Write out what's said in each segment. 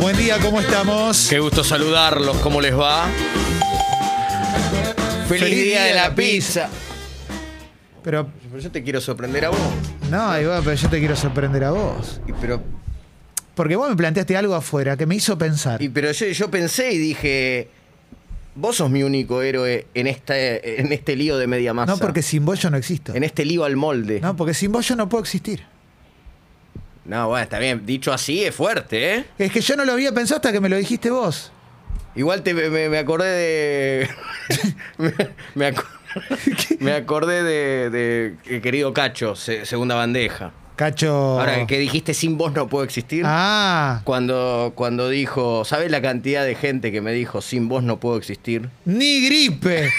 Buen día, ¿cómo estamos? Qué gusto saludarlos, ¿cómo les va? Feliz, Feliz día de la pizza. Pero, Pero yo te quiero sorprender a vos. no, Iván, pero yo te quiero sorprender a vos. Y pero, Porque vos me planteaste algo afuera que me hizo pensar. y pero yo, yo pensé y dije, vos sos mi único héroe en este, en este lío de media masa. No, porque sin vos yo no existo. En este lío al molde. No, No, porque sin vos yo no puedo existir. bueno, está bien. Dicho así es fuerte, ¿eh? Es que yo no lo había pensado hasta que me lo dijiste vos. Igual te, me, me acordé de... me, me acor- me acordé de, de, eh, querido Cacho, se- segunda bandeja. Cacho. Ahora que dijiste sin vos no puedo existir. Oh. Ah, Cuando, cuando dijo, ¿sabes la cantidad de gente que me dijo, sin vos no puedo existir? ni gripe.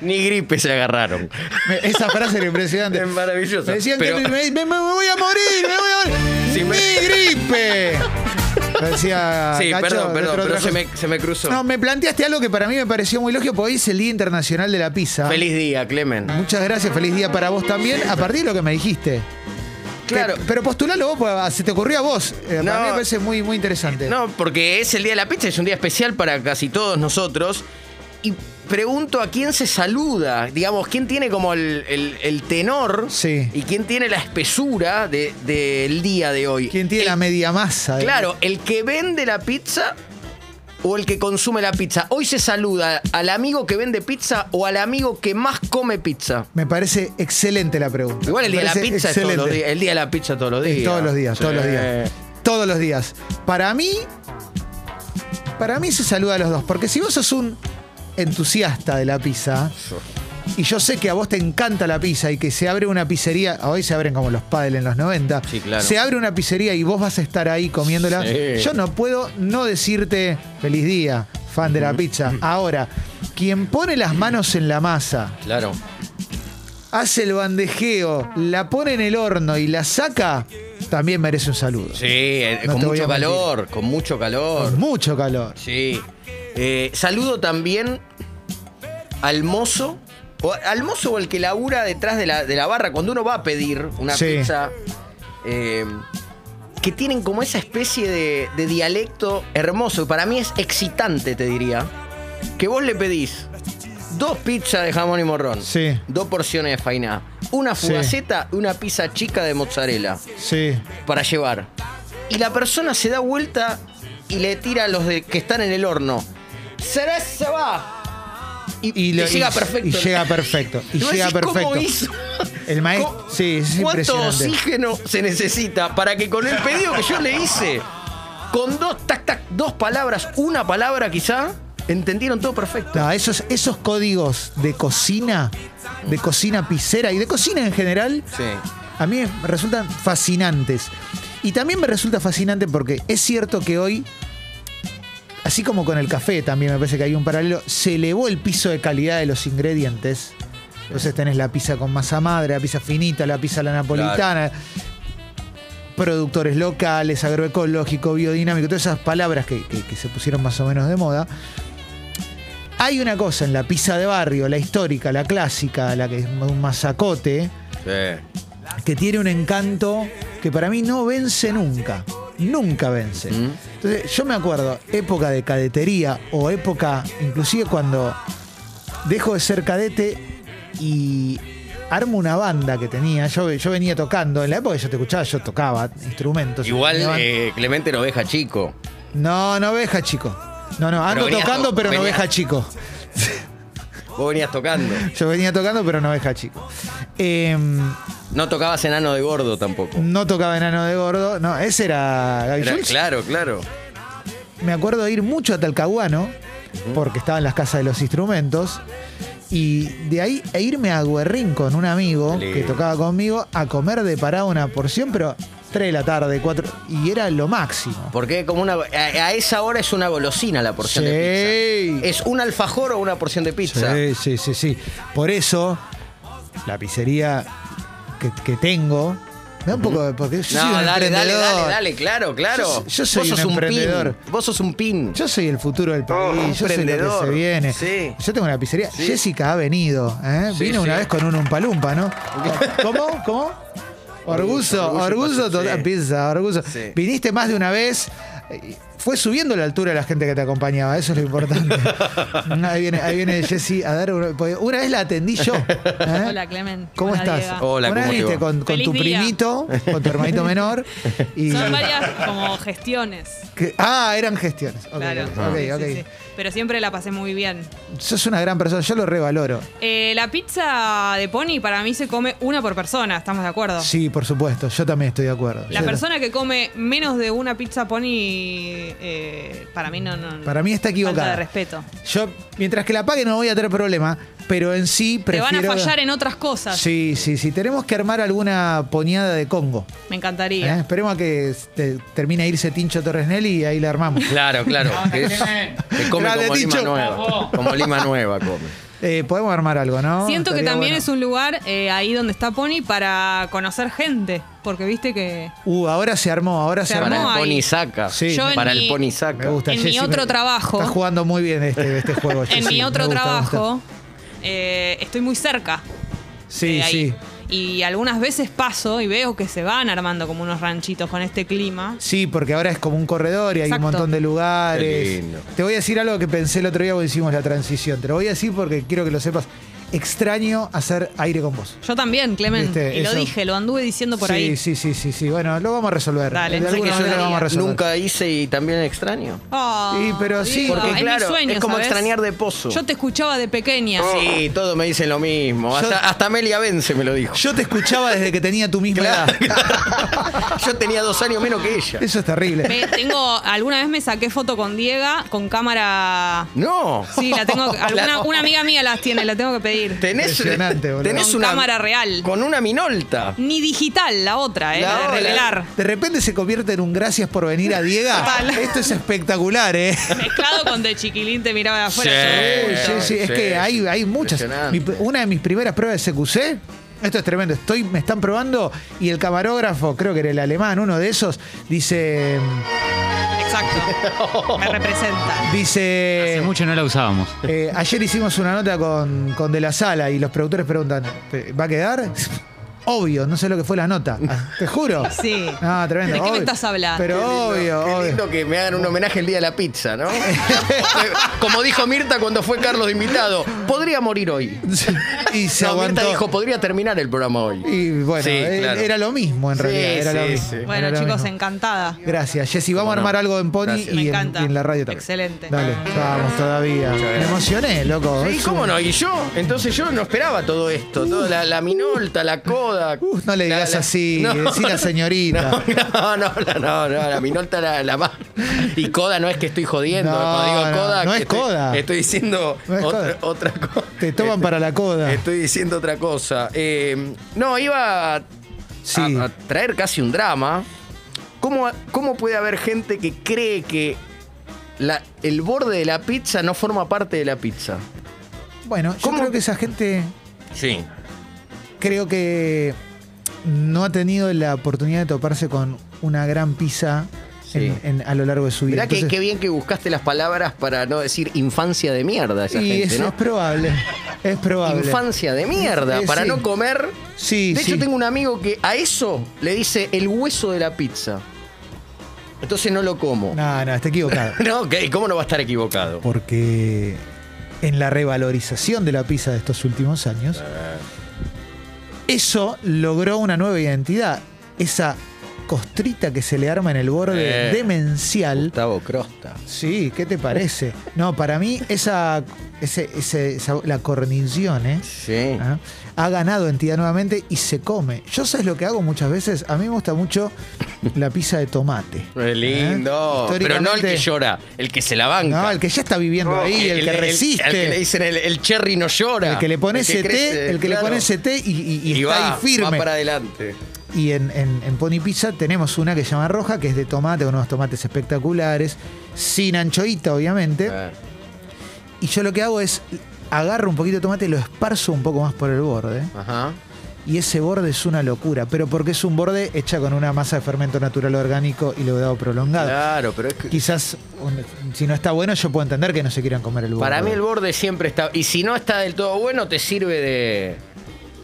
Ni gripe se agarraron. Me- Esa frase era impresionante. Es maravillosa. Me decían Pero- que me, me- me voy a morir, me voy a morir. Sí, ni me- gripe. Lo decía. sí, Cacho, dentro perdón, perdón, de pero otras se cosas. me, se me cruzó. No, me planteaste algo que para mí me pareció muy lógico, porque hoy es el Día Internacional de la Pizza. Feliz día, Clemen. Muchas gracias, feliz día para vos también, a partir de lo que me dijiste. Claro. Que- pero postulalo vos, porque se te ocurrió a vos. Eh, No. Para mí me parece muy, muy interesante. No, porque es el día de la pizza, es un día especial para casi todos nosotros. Y pregunto a quién se saluda, digamos, quién tiene como el, el- el tenor Sí. y quién tiene la espesura de- del día de hoy. ¿Quién tiene la media masa? Claro, el que vende la pizza o el que consume la pizza. Hoy se saluda al amigo que vende pizza o al amigo que más come pizza. Me parece excelente la pregunta. Igual el Me día de la parece pizza es todos los excelente. días. El día de la pizza todos los días. Eh, Todos los días, todos los Sí. días. Todos los días. Para mí, para mí se saluda a los dos. Porque si vos sos un entusiasta de la pizza, y yo sé que a vos te encanta la pizza y que se abre una pizzería, hoy se abren como los padel en los 90, Sí, claro. se abre una pizzería y vos vas a estar ahí comiéndola, Sí. yo no puedo no decirte feliz día, fan de la pizza. Ahora, quien pone las manos en la masa, Claro. hace el bandejeo, la pone en el horno y la saca, también merece un saludo. Sí, eh, No con te voy mucho a mentir. calor, con mucho calor. Con mucho calor. Sí. Eh, saludo también al mozo. O, al mozo o el que labura detrás de la, de la barra. Cuando uno va a pedir una Sí. pizza. eh, que tienen como esa especie de, de dialecto hermoso. Para mí es excitante, te diría. Que vos le pedís dos pizzas de jamón y morrón. Sí. Dos porciones de fainá. Una Sí. fugaceta y una pizza chica de mozzarella Sí. para llevar. Y la persona se da vuelta y le tira a los de, que están en el horno. ¡Será se va! Y, y lo- llega perfecto. Y llega perfecto. Y, Y vos llega decís, perfecto. ¿Cómo hizo? El maestro- ¿Cómo- sí, es ¿Cuánto impresionante. oxígeno se necesita para que con el pedido que yo le hice, con dos, tac, tac, dos palabras, una palabra quizá, entendieron todo perfecto? No, esos, esos códigos de cocina, de cocina pisera y de cocina en general, Sí. a mí me resultan fascinantes. Y también me resulta fascinante porque es cierto que hoy, así como con el café también me parece que hay un paralelo, se elevó el piso de calidad de los ingredientes. Entonces tenés la pizza con masa madre, la pizza finita, la pizza a la napolitana, productores locales, agroecológico, biodinámico, todas esas palabras que, que- que se pusieron más o menos de moda. Hay una cosa en la pizza de barrio, la histórica, la clásica, la que es un masacote, que tiene un encanto que para mí no vence nunca. Nunca vence. Mm. Entonces, yo me acuerdo, época de cadetería o época, inclusive cuando dejo de ser cadete y armo una banda que tenía. Yo, yo venía tocando, en la época que yo te escuchaba, yo tocaba instrumentos. Igual Tenía ban- eh, Clemente no deja chico. No, no oveja chico. No, no, ando venías tocando, to- pero no venías- oveja chico. Vos venías tocando. Yo venía tocando, pero no oveja chico. Em, No tocabas enano de gordo tampoco. no tocaba enano de gordo. No, ese era Gaby Era- Schultz. claro, claro. me acuerdo de ir mucho a Talcahuano, porque estaba en las casas de los instrumentos, y de ahí e irme a Guerrín con un amigo Lindo. que tocaba conmigo a comer de parada una porción, pero 3 de la tarde, 4, y era lo máximo. Porque como una, a, a esa hora es una golosina la porción de Sí. pizza. ¿Es un alfajor o una porción de pizza? Sí, sí, sí, sí. Por eso, la pizzería que, que tengo, me da un poco de. Porque yo soy No, un dale, dale, emprendedor. dale, dale, claro, claro. Yo- yo soy Vos un sos un, emprendedor. pin. Vos sos un pin. Yo soy el futuro del país, yo soy lo Oh, emprendedor. que se viene. Sí. Yo tengo una pizzería. Sí. Jessica ha venido, ¿eh? Sí, Vino una sí. vez con un umpalumpa, ¿no? ¿Cómo? ¿Cómo? Orgullo, Orgullo, orgullo, orgullo, total, sí. pizza, orgullo. Sí. Viniste más de una vez eh, fue subiendo la altura de la gente que te acompañaba, eso es lo importante. ahí viene, ahí viene Jessy a dar una, porque una vez la atendí yo. ¿eh? Hola, Clement. ¿Cómo Hola, estás? Oh, Diego. Hola, Una vez ¿cómo te va? viniste con, con Feliz tu día. primito, con tu hermanito menor. Y, Son varias como gestiones. que- ah, eran gestiones. Ok, claro. ok, Sí, sí, ok. sí. Pero siempre la pasé muy bien. Sos una gran persona, yo lo revaloro. Eh, la pizza de Pony para mí se come una por persona, ¿estamos de acuerdo? Sí, por supuesto, yo también estoy de acuerdo. La Yo- persona que come menos de una pizza Pony, eh, para mí no, no. Para mí está Falta equivocada. de respeto. Yo, mientras que la pague, no voy a tener problema, pero en sí prefiero. Te van a fallar en otras cosas. Sí, sí, sí. Tenemos que armar alguna poñada de Congo. Me ¿eh? encantaría. Esperemos a que este, termine de irse Tincho Torres Nelly y ahí la armamos. Claro, claro. que es- que come Grande, como Lima Tincho. Nueva. Como Lima Nueva come. Eh, podemos armar algo, ¿no? Siento que Estaría también bueno. es un lugar eh, ahí donde está Pony para conocer gente, porque viste que Uh, ahora se armó, ahora se, Se armó. Para armó el ahí. Pony Saca. Sí. Yo en Para mi- el Pony Saca. Me gusta. En mi Jessy, otro trabajo- Está jugando muy bien este, este juego. en Jessy. mi Me otro gusta, me gusta. trabajo eh, estoy muy cerca. Sí, de ahí. sí. Y algunas veces paso y veo que se van armando como unos ranchitos con este clima. Sí, porque ahora es como un corredor y hay un Exacto. montón de lugares. Qué lindo. Te voy a decir algo que pensé el otro día cuando hicimos la transición. Te lo voy a decir porque quiero que lo sepas. Extraño hacer aire con vos. Yo también, Clemente. Viste, y lo eso- dije, lo anduve diciendo por sí, ahí. sí, sí, sí, sí. Bueno, lo vamos a resolver. Dale, de pensé alguna que yo manera lo lo vamos a haría. resolver. Nunca hice y también extraño. Ah, Sí, pero sí, Diego, porque es mi claro, sueño, es como ¿sabes? extrañar de pozo. Yo te escuchaba de pequeña. Sí, todos me dicen lo mismo. Yo- Hasta, hasta Amelia Vence me lo dijo. Yo te escuchaba desde que tenía tu misma edad. Yo tenía dos años menos que ella. Eso es terrible. Me- tengo, alguna vez me saqué foto con Diega con cámara. No. Sí, la tengo. Alguna, La- una amiga mía las tiene, la tengo que pedir. Tenés, Impresionante, boludo. tenés Con una cámara real. Con una minolta. Ni digital, la otra, ¿eh? La La de otra. revelar. De repente se convierte en un gracias por venir a Diego. Total. Esto es espectacular, ¿eh? Mezclado con de chiquilín te miraba de afuera. Sí. Uy, sí, sí, es Eh, sí, que hay, hay muchas. impresionante. Mi- una de mis primeras pruebas de CQC, esto es tremendo, estoy, me están probando y el camarógrafo, creo que era el alemán, uno de esos, dice, Exacto. Me representa. dice, Hace mucho no la usábamos. eh, ayer hicimos una nota con, con De la Sala y los productores preguntan, "¿Pe- ¿va a quedar? Obvio, no sé lo que fue la nota, ah, te juro. Sí. No, tremendo. ¿De qué me obvio. estás hablando? Pero obvio, Qué obvio. lindo que me hagan un homenaje el día de la pizza, ¿no? Como dijo Mirta cuando fue Carlos de invitado, podría morir hoy. Y se No, aguantó. Mirta dijo, podría terminar el programa hoy. Y bueno, Sí, eh, claro. era lo mismo en Sí, realidad. era lo sí, mismo, sí. era Bueno, lo chicos, mismo. encantada. Gracias, Jessy. Vamos a Cómo no. armar algo en Pony Gracias. Me y en, encanta. y en la radio también. Excelente. Dale, vamos todavía. Me gracias. emocioné, loco. Sí, Es ¿cómo un- no? Y yo, entonces yo no esperaba todo esto, toda la, la minolta, la coda. Uf, Uh. no le la- digas la- así, decí la señorita. No, no, no, la- no, no, la minolta era la más. Y coda no es que estoy jodiendo, No, cuando digo no, coda. no que es estoy- coda. Estoy diciendo No es otra, coda. otra cosa. Te toman para la coda. Estoy diciendo otra cosa. Eh, no, iba a, Sí. a- a traer casi un drama. ¿Cómo, ¿Cómo puede haber gente que cree que la- el borde de la pizza no forma parte de la pizza? Bueno, yo ¿Cómo? creo que esa gente Sí. creo que no ha tenido la oportunidad de toparse con una gran pizza Sí. en- en- a lo largo de su vida. Mirá que- Entonces- qué bien que buscaste las palabras para no decir infancia de mierda esa y gente, es, ¿no? es probable. Es probable. Infancia de mierda, Eh, para sí. no comer. Sí, de sí. hecho, tengo un amigo que a eso le dice el hueso de la pizza. Entonces no lo como. No, no, está equivocado. No, ¿qué? ¿cómo no va a estar equivocado? porque en la revalorización de la pizza de estos últimos años, Ah. eso logró una nueva identidad. Esa costrita que se le arma en el borde Eh. demencial. Gustavo Crosta. Sí, ¿qué te parece? No, para mí esa, ese- ese- esa- la cornición ¿eh? Sí. ¿Ah? ha ganado entidad nuevamente y se come. Yo sabes lo que hago muchas veces. A mí me gusta mucho la pizza de tomate. Qué lindo. ¿Eh? Pero no el que Históricamente- llora, el que se la banca. No, el que ya está viviendo ahí, el, que resiste. El, que le dicen el, el cherry no llora. El que le pone CT, crece, el que claro. le pone CT y, y- y Y está va, ahí firme. Va para adelante. Y en, en, en Pony Pizza tenemos una que se llama Roja, que es de tomate, con unos tomates espectaculares, sin anchoita, obviamente. Ah. Y yo lo que hago es agarro un poquito de tomate y lo esparzo un poco más por el borde. Ajá. Y ese borde es una locura, pero porque es un borde hecha con una masa de fermento natural orgánico y leudado prolongado. Claro, pero es que. Quizás, un- si no está bueno, yo puedo entender que no se quieran comer el borde. Para mí el borde siempre está. Y si no está del todo bueno, te sirve de.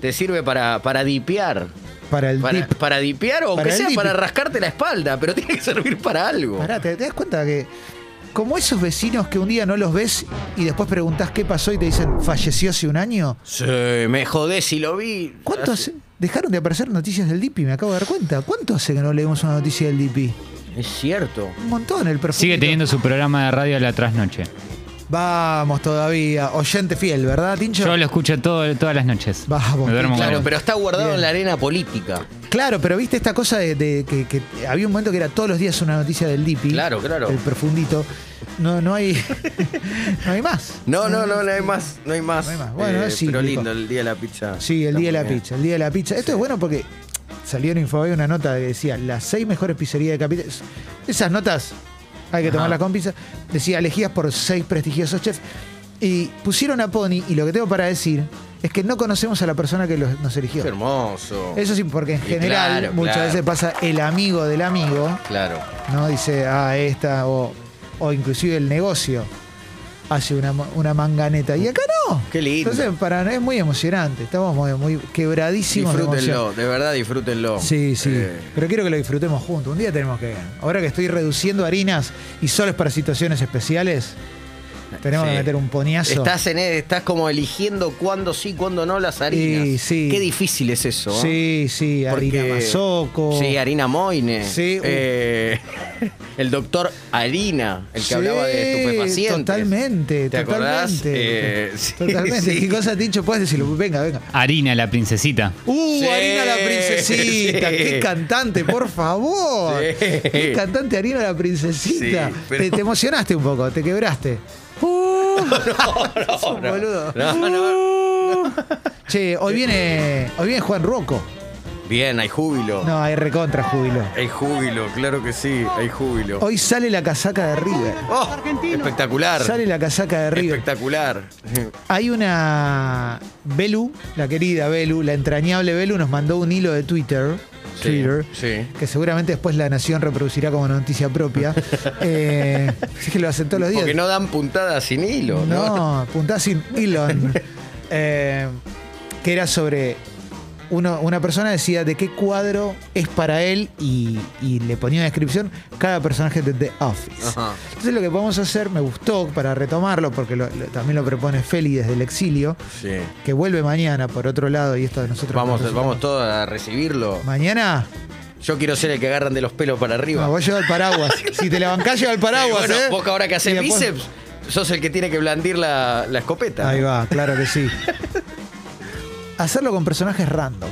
Te sirve para, para dipear. para el Para, dip. para dipear o Para aunque el sea dip. para rascarte la espalda, pero tiene que servir para algo. Pará, ¿te, te das cuenta que como esos vecinos que un día no los ves y después preguntás qué pasó y te dicen falleció hace un año? Sí, me jodé si lo vi. ¿Cuántos Hace- dejaron de aparecer noticias del Dipi? Me acabo de dar cuenta. ¿Cuánto hace que no leemos una noticia del Dipi? Es cierto. Un montón el perfil. Sigue teniendo su programa de radio a la trasnoche. Vamos todavía. Oyente fiel, ¿verdad, Tincho? Yo lo escucho todo, todas las noches. Vamos, Me duermo Claro, con él. pero está guardado Bien. en la arena política. Claro, pero viste esta cosa de, de que, que había un momento que era todos los días una noticia del Dipi. Claro, claro. El profundito. No, no hay. no hay más. No, no, no, no hay más, no hay más. Eh, No hay más. Bueno, es pero cíclico. lindo el día de la pizza. Sí, el día de la Está muy bien. pizza, el día de la pizza. Esto es bueno porque salió en Infobay una nota que decía las seis mejores pizzerías de Capital. Es- Esas notas hay que Ajá. tomarlas con pizza. Decía elegidas por seis prestigiosos chefs. Y pusieron a Pony y lo que tengo para decir es que no conocemos a la persona que los- nos eligió. Qué hermoso. Eso sí, porque en Y general claro, muchas claro. veces pasa el amigo del amigo, Claro. ¿no? Dice, ah, esta, o, o inclusive el negocio hace una, ma- una manganeta. Y acá no. Qué lindo. Entonces, para, es muy emocionante. Estamos muy, muy quebradísimos. de emoción. disfrútenlo, de verdad disfrútenlo. Sí, sí. Eh, Pero quiero que lo disfrutemos juntos. Un día tenemos que. Ahora que estoy reduciendo harinas y soles para situaciones especiales, tenemos sí. que meter un poniazo. Estás, en, e, estás como eligiendo cuándo sí, cuándo no las harinas. Sí, sí. Qué difícil es eso. ¿eh? Sí, sí, Porque- harina mazoco. Sí, harina Moine. Sí, un- Eh, el doctor Harina, el que Sí, hablaba de estupefacientes. Totalmente, ¿Te acordás? totalmente. Eh, sí, totalmente. sí. ¿Qué cosa, Tincho? Puedes decirlo. Venga, venga. Harina, la princesita. Uh, Sí, Harina la Princesita, sí. qué cantante, por favor. Sí. Qué cantante Harina la Princesita. Sí, pero- te, te emocionaste un poco, te quebraste. Uh. No, no, boludo. Uh. no, no. Che, hoy viene, hoy viene Juan Rocco. Bien, hay júbilo. No, hay recontra júbilo. Hay júbilo, claro que sí, hay júbilo. Hoy sale la casaca de River. Oh, espectacular. Sale la casaca de River. Espectacular. Hay una. Belu, la querida Belu, la entrañable Belu, nos mandó un hilo de Twitter. Sí, Twitter. sí. Que seguramente después la Nación reproducirá como noticia propia. Eh, es que lo hacen todos los días. Porque no dan puntadas sin hilo, ¿no? No, puntá sin Elon. Eh, que era sobre. uno- una persona decía de qué cuadro es para él y, y le ponía una descripción cada personaje de The Office. Ajá. Entonces lo que podemos hacer, me gustó para retomarlo, porque lo- lo- también lo propone Feli desde el exilio, Sí. que vuelve mañana por otro lado y esto de nosotros... Vamos, nos- vamos todos a recibirlo. Mañana Yo quiero ser el que agarran de los pelos para arriba. no, voy a llevar el paraguas. si te la bancás, lleva el paraguas. Eh, bueno, ¿eh? vos que ahora que Y haces después- bíceps, sos el que tiene que blandir la, la escopeta. Ahí va, claro que sí. Hacerlo con personajes random.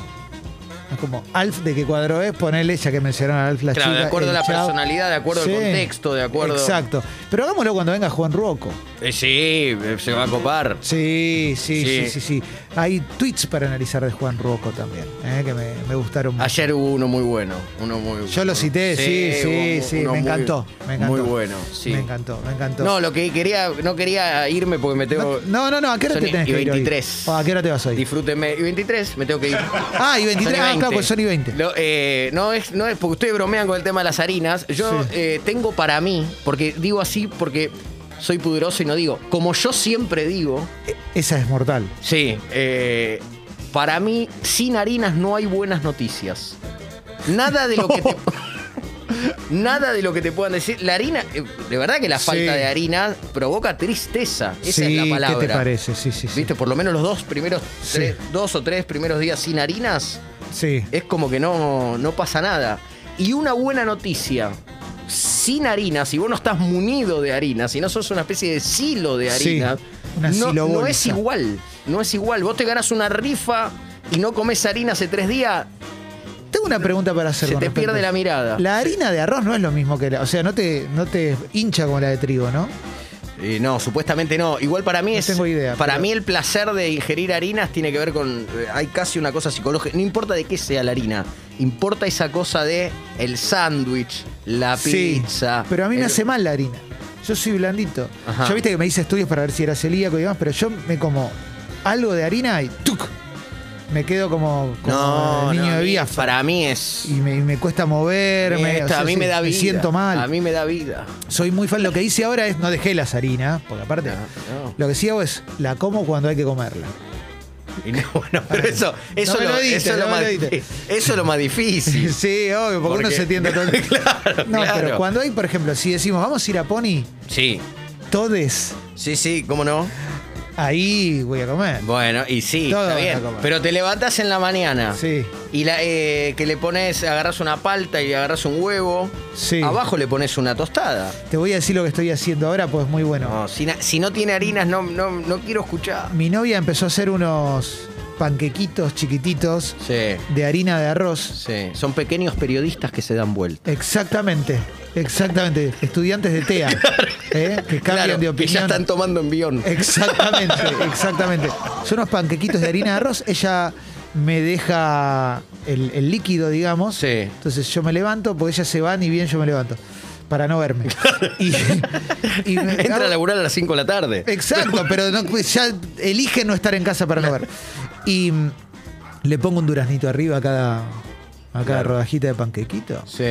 Es como Alf, ¿de qué cuadro es? Ponele, ya que mencionaron a Alf la Claro, de chica, acuerdo el a la chavo. personalidad, de acuerdo al contexto, de acuerdo- Exacto. Pero hagámoslo cuando venga Juan Ruoco. Eh, sí, eh, se va a copar. Sí, sí, sí, Sí. sí, sí, Hay tweets para analizar de Juan Ruoco también, eh, que me, me gustaron mucho. Ayer hubo uno muy bueno. Uno muy Yo lo cité, sí, sí, hubo sí, uno me muy- encantó, me encantó. Muy bueno, sí. Me encantó, me encantó. No, lo que quería, no quería irme porque me tengo. no, no, no, ¿a qué hora Son te tenés y que ir hoy? 23. ¿O ¿A qué hora te vas hoy? Disfrútenme. Y 23, me tengo que ir. Ah, y 23, Son ah, claro, pues son y 20. Lo- eh, no, es, no es porque ustedes bromean con el tema de las harinas. Yo Sí. eh, tengo para mí, porque digo así porque soy pudoroso y no digo, como yo siempre digo, E, Esa es mortal. sí, eh, para mí sin harinas no hay buenas noticias. Nada de lo que te... Nada de lo que te puedan decir. La harina, eh, de verdad que la Sí. falta de harina provoca tristeza. Esa sí, es la palabra. ¿qué te parece? Sí, sí, sí. ¿Viste? Por lo menos los dos primeros, Sí. tres- dos o tres primeros días sin harinas, Sí. es como que no, no pasa nada. Y una buena noticia, sin harina, si vos no estás munido de harina, si no sos una especie de silo de Sí, harina, una no, silobolsa. no es igual, no es igual. Vos te ganas una rifa y no comes harina hace tres días, Tengo una pregunta para hacer. se con te respecto. pierde la mirada. La harina de arroz no es lo mismo que la. O sea, no te, no te hincha como la de trigo, ¿no? Eh, no, supuestamente no. Igual para mí No es. tengo idea, Para pero- mí el placer de ingerir harinas tiene que ver con. eh, hay casi una cosa psicológica. No importa de qué sea la harina. Importa esa cosa de el sándwich, la pizza. Sí. Pero a mí me el- hace mal la harina. Yo soy blandito. Ajá. Yo viste que me hice estudios para ver si era celíaco y demás, pero yo me como algo de harina y ¡tuc! Me quedo como, como No, el niño no, a de mí- Biafra. Para mí es. Y me, y me cuesta moverme. Esta, o sea, a mí sí, me da vida. siento mal. A mí me da vida. Soy muy fan. Lo que hice ahora es no dejé las harinas, porque aparte. No, no. Lo que sí hago es la como cuando hay que comerla. Y no, bueno, pero eso, eso, No me lo, lo edites, eso no es lo me más, lo edites. eso es lo más Sí, difícil. obvio, porque, uno Porque- se tiende a todo. el- Claro, No, claro. pero cuando hay, por ejemplo, si decimos, vamos a ir a Pony, Sí, todes, sí, sí, ¿cómo no? ahí voy a comer. Bueno, y sí, Todo está van a bien. comer. Pero te levantás en la mañana. Sí. Y la, eh, que le pones, agarras una palta y agarras un huevo. Sí. Abajo le pones una tostada. Te voy a decir lo que estoy haciendo ahora, pues muy bueno. No, si, na- si no tiene harinas, no, no, no quiero escuchar. Mi novia empezó a hacer unos panquequitos chiquititos Sí, de harina de arroz. sí. Son pequeños periodistas que se dan vuelta. Exactamente, exactamente. Estudiantes de TEA, ¿eh? que cambian Claro, de que ya opinión. están tomando envión. Exactamente, exactamente. Son unos panquequitos de harina de arroz. Ella me deja el, el líquido, digamos. Sí. Entonces yo me levanto, porque ellas se van y bien yo me levanto. Para no verme. Y, y me- Entra a laburar a las 5 de la tarde. Exacto, pero no- ya elige no estar en casa para no ver. Y mm, le pongo un duraznito arriba a cada, a cada Claro. rodajita de panquequito. Sí.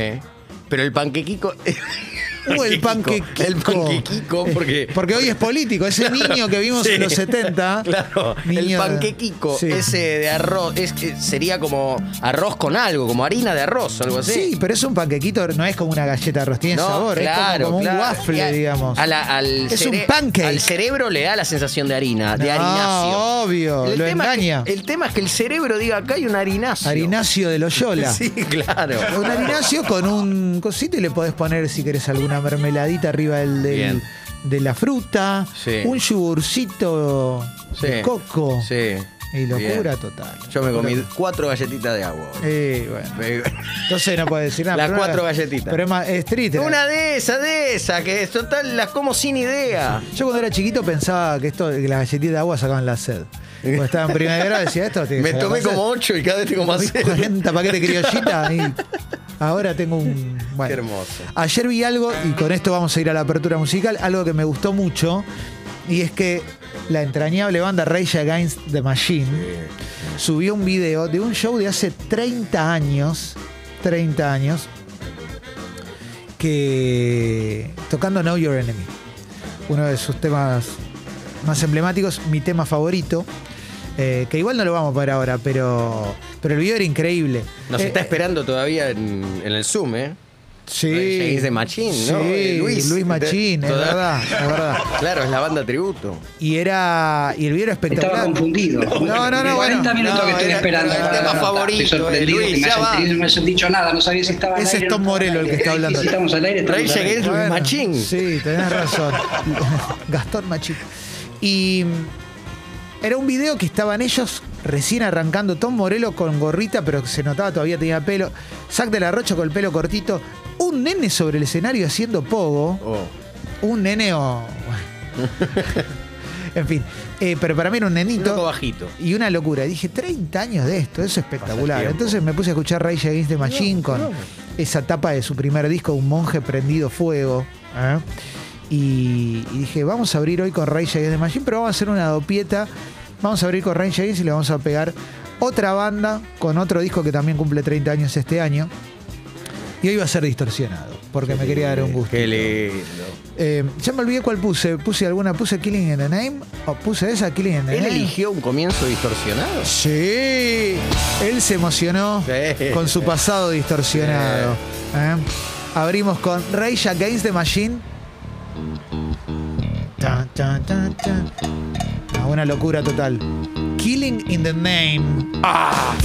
Pero el panquequico. Uh, el panquequico. Eh, El panquequico, porque. Porque hoy es político, ese niño que vimos Sí. en los 70. Claro, el niño- panquequico, Sí. ese de arroz, es, que sería como arroz con algo, como harina de arroz, algo así. Sí, pero es un panquequito, no es como una galleta de arroz, tiene No, sabor, es claro, como, como claro. un Y a- waffle, digamos. a la- al Es un cere- pancake. Al cerebro le da la sensación de harina, de No, harinacio. Ah, obvio, lo tema es que- engaña. el tema es que el cerebro diga, acá hay un harinacio. Harinacio de Loyola. Sí, claro. Un harinacio con un cosito y le podés poner, si querés, alguna mermeladita arriba del, del- Bien. de la fruta. Sí. Un yoburcito de Sí, coco. Sí. Y locura Bien. total. Yo me comí cuatro galletitas de agua. Eh, bueno. Me- Entonces no puedes decir nada. Las pero una- cuatro galletitas. Pero es, más, es triste. Una de esas, de esas, que es total las como sin idea. Yo cuando era chiquito pensaba que esto, que las galletitas de agua sacaban la sed. Cuando estaba en primera grado decía esto. te Me saca tomé la sed. como ocho y cada vez tengo más Comí sed. 40 paquetes de criollita y ahora tengo un. bueno. Qué hermoso. Ayer vi algo, y con esto vamos a ir a la apertura musical, algo que me gustó mucho, y es que la entrañable banda Rage Against the Machine subió un video de un show de hace 30 años. 30 años. Que. tocando Know Your Enemy. Uno de sus temas más emblemáticos, mi tema favorito. eh, que igual no lo vamos a poner ahora, pero. Pero el video era increíble. Nos Eh, está esperando todavía en, en el Zoom, ¿eh? Sí. Es de Machín, ¿no? Sí, Eh, Luis. Luis. Machín, es Toda- verdad, es verdad. Claro, es la banda tributo. Y era. Y el video era espectacular. Estaba confundido. No, no, no, 40 bueno. minutos No, que estoy era- esperando. era el para tema la nota. favorito, Estoy sorprendido eh, que Luis, me ya hayan va. tenido- no me hayan dicho nada. No sabía si estaba al Ese aire es o Tom no estaba al Morello el aire. que está Sí, hablando. sí, estamos al aire. estamos Rage al aire. Against- Bueno, Machín. Sí, tenés razón. Gastón Machín. Y era un video que estaban ellos recién arrancando. Tom Morello con gorrita, pero se notaba todavía tenía pelo. Zac de la Rocha con el pelo cortito. Un nene sobre el escenario haciendo pogo. Oh. Un nene o. en fin. Eh, pero para mí era un Un poco nenito. bajito. Y una locura. Dije, 30 años de esto, eso es espectacular. tiempo. Entonces me puse a escuchar Rage Against the Machine con esa tapa de su primer disco, Un monje prendido fuego. ¿eh? Y, y dije, vamos a abrir hoy con Rage Against the Machine, pero vamos a hacer una dopieta. Vamos a abrir con Rage Against y le vamos a pegar otra banda con otro disco que también cumple 30 años este año. Y hoy va a ser distorsionado, porque me quería dar un gusto. Qué lindo. Eh, ya me olvidé cuál puse. Puse alguna, puse Killing in the Name, o puse esa Killing in the ¿Él Name. eligió un comienzo distorsionado? Sí, él se emocionó Sí. con su pasado distorsionado. ¿eh? Abrimos con Rage Against the Machine. Ta, ta, ta, ta. Ah, una locura total. Killing in the Name. ¡Ah!